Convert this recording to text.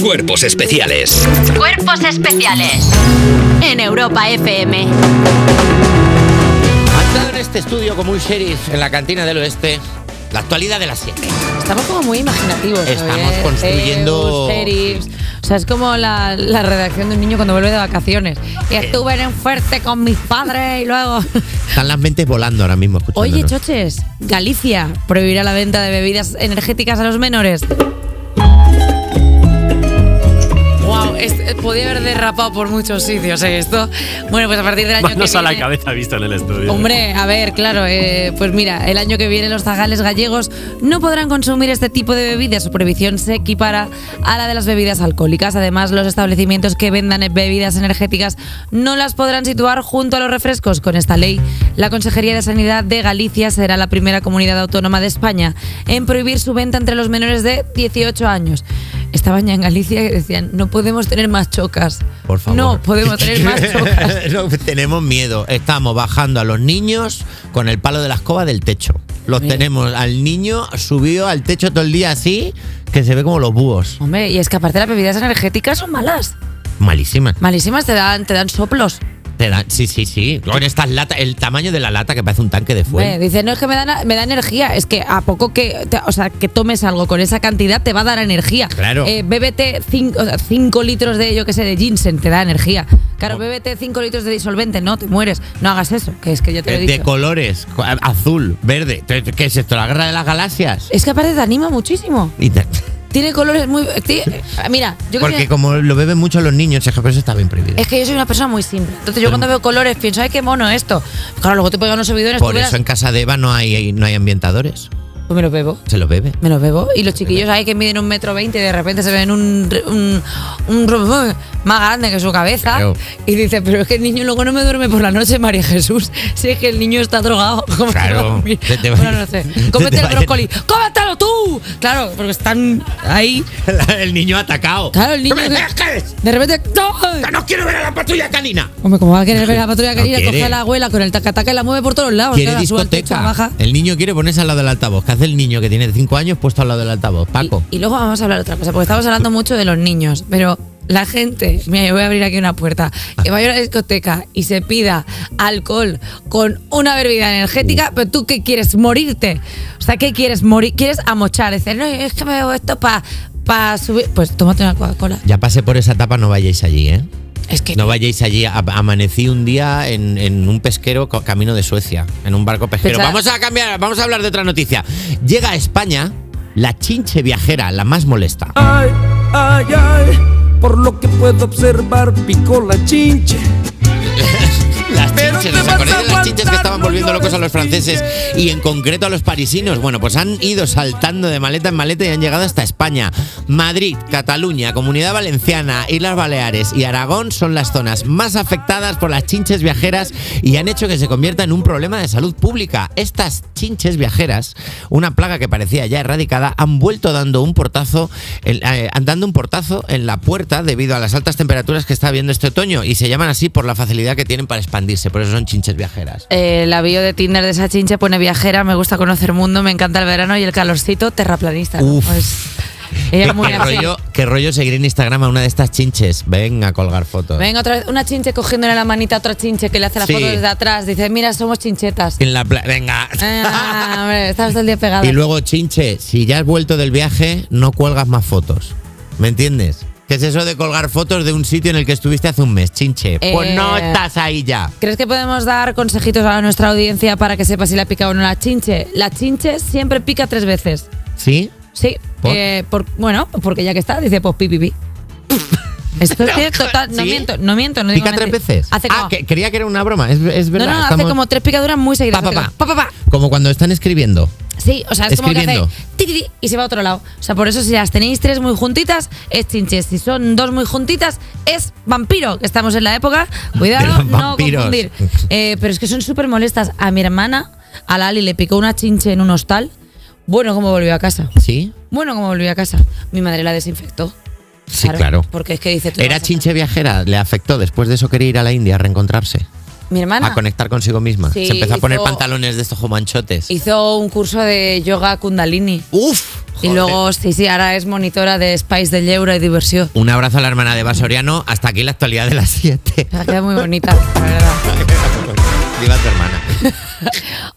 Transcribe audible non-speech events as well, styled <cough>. Cuerpos especiales. Cuerpos especiales. En Europa FM. Ha entrado en este estudio como un sheriff en la cantina del oeste. La actualidad de la serie. Estamos como muy imaginativos. ¿no? Estamos Eh, construyendo- eh, sheriffs. O sea, es como la, la redacción de un niño cuando vuelve de vacaciones. Y Eh. estuve en fuerte con mis padres y <laughs> luego. Están las mentes volando ahora mismo. Oye, escuchándonos. choches, Galicia prohibirá la venta de bebidas energéticas a los menores. Wow, eh, podía haber derrapado por muchos sitios eh, esto. Bueno, pues a partir del año Manos que a la viene- cabeza visto en el estudio. Hombre, a ver, claro, eh, pues mira, el año que viene los zagales gallegos no podrán consumir este tipo de bebidas. Su prohibición se equipara a la de las bebidas alcohólicas. Además, los establecimientos que vendan bebidas energéticas no las podrán situar junto a los refrescos. Con esta ley, la Consejería de Sanidad de Galicia será la primera comunidad autónoma de España en prohibir su venta entre los menores de 18 años. Estaban ya en Galicia y decían, no podemos tener más chocas. Por favor. No podemos tener más <laughs> chocas. No, tenemos miedo. Estamos bajando a los niños con el palo de la escoba del techo. Los Mira. tenemos al niño subido al techo todo el día así que se ve como los búhos. Hombre, y es que aparte las bebidas energéticas son malas. Malísimas. Malísimas, te dan, te dan soplos. Te dan- sí, sí, sí. Con estas latas, el tamaño de la lata que parece un tanque de Hombre, fuego. Eh, dice, no es que me da, me da energía, es que a poco que, te- o sea, que tomes algo con esa cantidad te va a dar energía. Claro. Eh, bébete 5 litros de, yo qué sé, de ginseng, te da energía. Oh. Claro, bébete 5 litros de disolvente, no, te mueres. No hagas eso, que es que yo te lo he De, de dicho. colores, co- azul, verde. ¿Qué es esto? ¿La guerra de las galaxias? Es que aparte te anima muchísimo. Y te- Tiene colores muy... <laughs> ti- eh, mira, yo que Porque como lo beben mucho los niños, es que por eso está bien prohibido. Es que yo soy una persona muy simple. Entonces yo Pero- cuando veo colores pienso, ay, qué mono esto. Claro, luego te pegan unos servidores, tú Por verás- eso en casa de Eva no hay, no hay ambientadores. Pues me lo bebo. Se lo bebe. Me los bebo. Y los chiquillos ahí que miden un metro veinte y de repente se ven un, un, un- más grande que su cabeza. Claro. Y dice, pero es que el niño luego no me duerme por la noche, María Jesús. <laughs> Si es que el niño está drogado. <laughs> ¿cómo te va a Claro. dormir? Se te va- Bueno, no sé. se <laughs> te Cómete va el a ir- brócoli. ¡Cómetelo tú! Claro, porque están ahí. <laughs> el niño atacado. Claro, el niño ¡No me que- dejes! De repente. ¡No! ¡Que no quiero ver a la patrulla canina! Hombre, como va a querer ver a la patrulla No querida, coge quiere. a la abuela con el tacataca y la mueve por todos <laughs> lados. Quiere Claro, sube al techo, la discoteca. baja. El niño quiere ponerse al lado del altavoz. ¿Qué hace el niño que tiene 5 años puesto al lado del altavoz? Paco. Y, y luego vamos a hablar otra cosa, porque estamos hablando mucho de los niños, pero la gente, mira, yo voy a abrir aquí una puerta, que vaya a la discoteca y se pida alcohol con una bebida energética, pero tú qué quieres, morirte. O sea, ¿qué quieres? Morir, quieres amochar, decir, no, es que me bebo esto para subir. Pues tómate una Coca-Cola. Ya pasé por esa etapa, no vayáis allí, ¿eh? Es que No vayáis allí. A- Amanecí un día en, en un pesquero co- camino de Suecia, en un barco pesquero. Pensaba- Vamos a cambiar, vamos a hablar de otra noticia. Llega a España la chinche viajera, la <laughs> más molesta. <laughs> Ay, ay, ay, por lo que puedo observar, picó la chinche. Las Pero chinches, te ¿os vas acordáis a de las chinches que aguantar, estaban no volviendo locos a los llores, franceses y en concreto a los parisinos? Bueno, pues han ido saltando de maleta en maleta y han llegado hasta España. Madrid, Cataluña, Comunidad Valenciana, Islas Baleares y Aragón son las zonas más afectadas por las chinches viajeras y han hecho que se convierta en un problema de salud pública. Estas chinches viajeras, una plaga que parecía ya erradicada, han vuelto dando un portazo, en- eh, dando un portazo en la puerta debido a las altas temperaturas que está habiendo este otoño y se llaman así por la facilidad que tienen para expandirse, por eso son chinches viajeras. Eh, la bio de Tinder de esa chinche pone viajera, me gusta conocer mundo, me encanta el verano y el calorcito, terraplanista. ¿no? Uf. Pues, ella es muy ¿Qué, así. rollo, qué rollo seguir en Instagram a una de estas chinches. Venga a colgar fotos. Venga, otra vez, una chinche cogiéndole la manita a otra chinche que le hace la Sí. foto desde atrás. Dice, mira, somos chinchetas. En la pla- Venga. Ah, <laughs> hombre, estás todo el día pegada. Y luego, chinche, si ya has vuelto del viaje, no cuelgas más fotos. ¿Me entiendes? ¿Qué es eso de colgar fotos de un sitio en el que estuviste hace un mes, chinche? Pues Eh. no estás ahí ya. ¿Crees que podemos dar consejitos a nuestra audiencia para que sepa si le ha picado o no la chinche? La chinche siempre pica tres veces. ¿Sí? Sí. ¿Por? eh, por- bueno, porque ya que está, dice, pues pi, pi, <laughs> pi. Esto es cierto, tal, no ¿Sí? miento, no miento. No digo ¿Pica tres mentira. veces? Hace ah, como, que- creía que era una broma. Es, es no, verdad. no, hace estamos- como tres picaduras muy seguidas. Pa, pa, hace pa. como, pa, pa, pa. Como cuando están escribiendo. Sí, o sea, es como que hace Escribiendo. ti, ti, ti, y se va a otro lado. O sea, por eso si las tenéis tres muy juntitas, es chinches. Si son dos muy juntitas, es vampiro. que Estamos en la época, <laughs> De cuidado, los no vampiros. confundir. Eh, pero es que son súper molestas. A mi hermana, a Lali, le picó una chinche en un hostal. Bueno, como volvió a casa. ¿Sí? Bueno, como volvió a casa. Mi madre la desinfectó. Sí, claro. Porque es que dice tú. no Era vas a- chinche viajera, le afectó. Después de eso quería ir a la India a reencontrarse, Mi hermana. a conectar consigo misma. Sí, Se empezó a poner hizo- pantalones de estos manchotes. Hizo un curso de yoga kundalini. ¡Uf! Y Joder. luego, sí, sí, ahora es monitora de Spice del Euro y Diversión. Un abrazo a la hermana de Eva Soriano. Hasta aquí la actualidad de las <laughs> 7. O sea, queda muy bonita, la verdad. Viva tu hermana.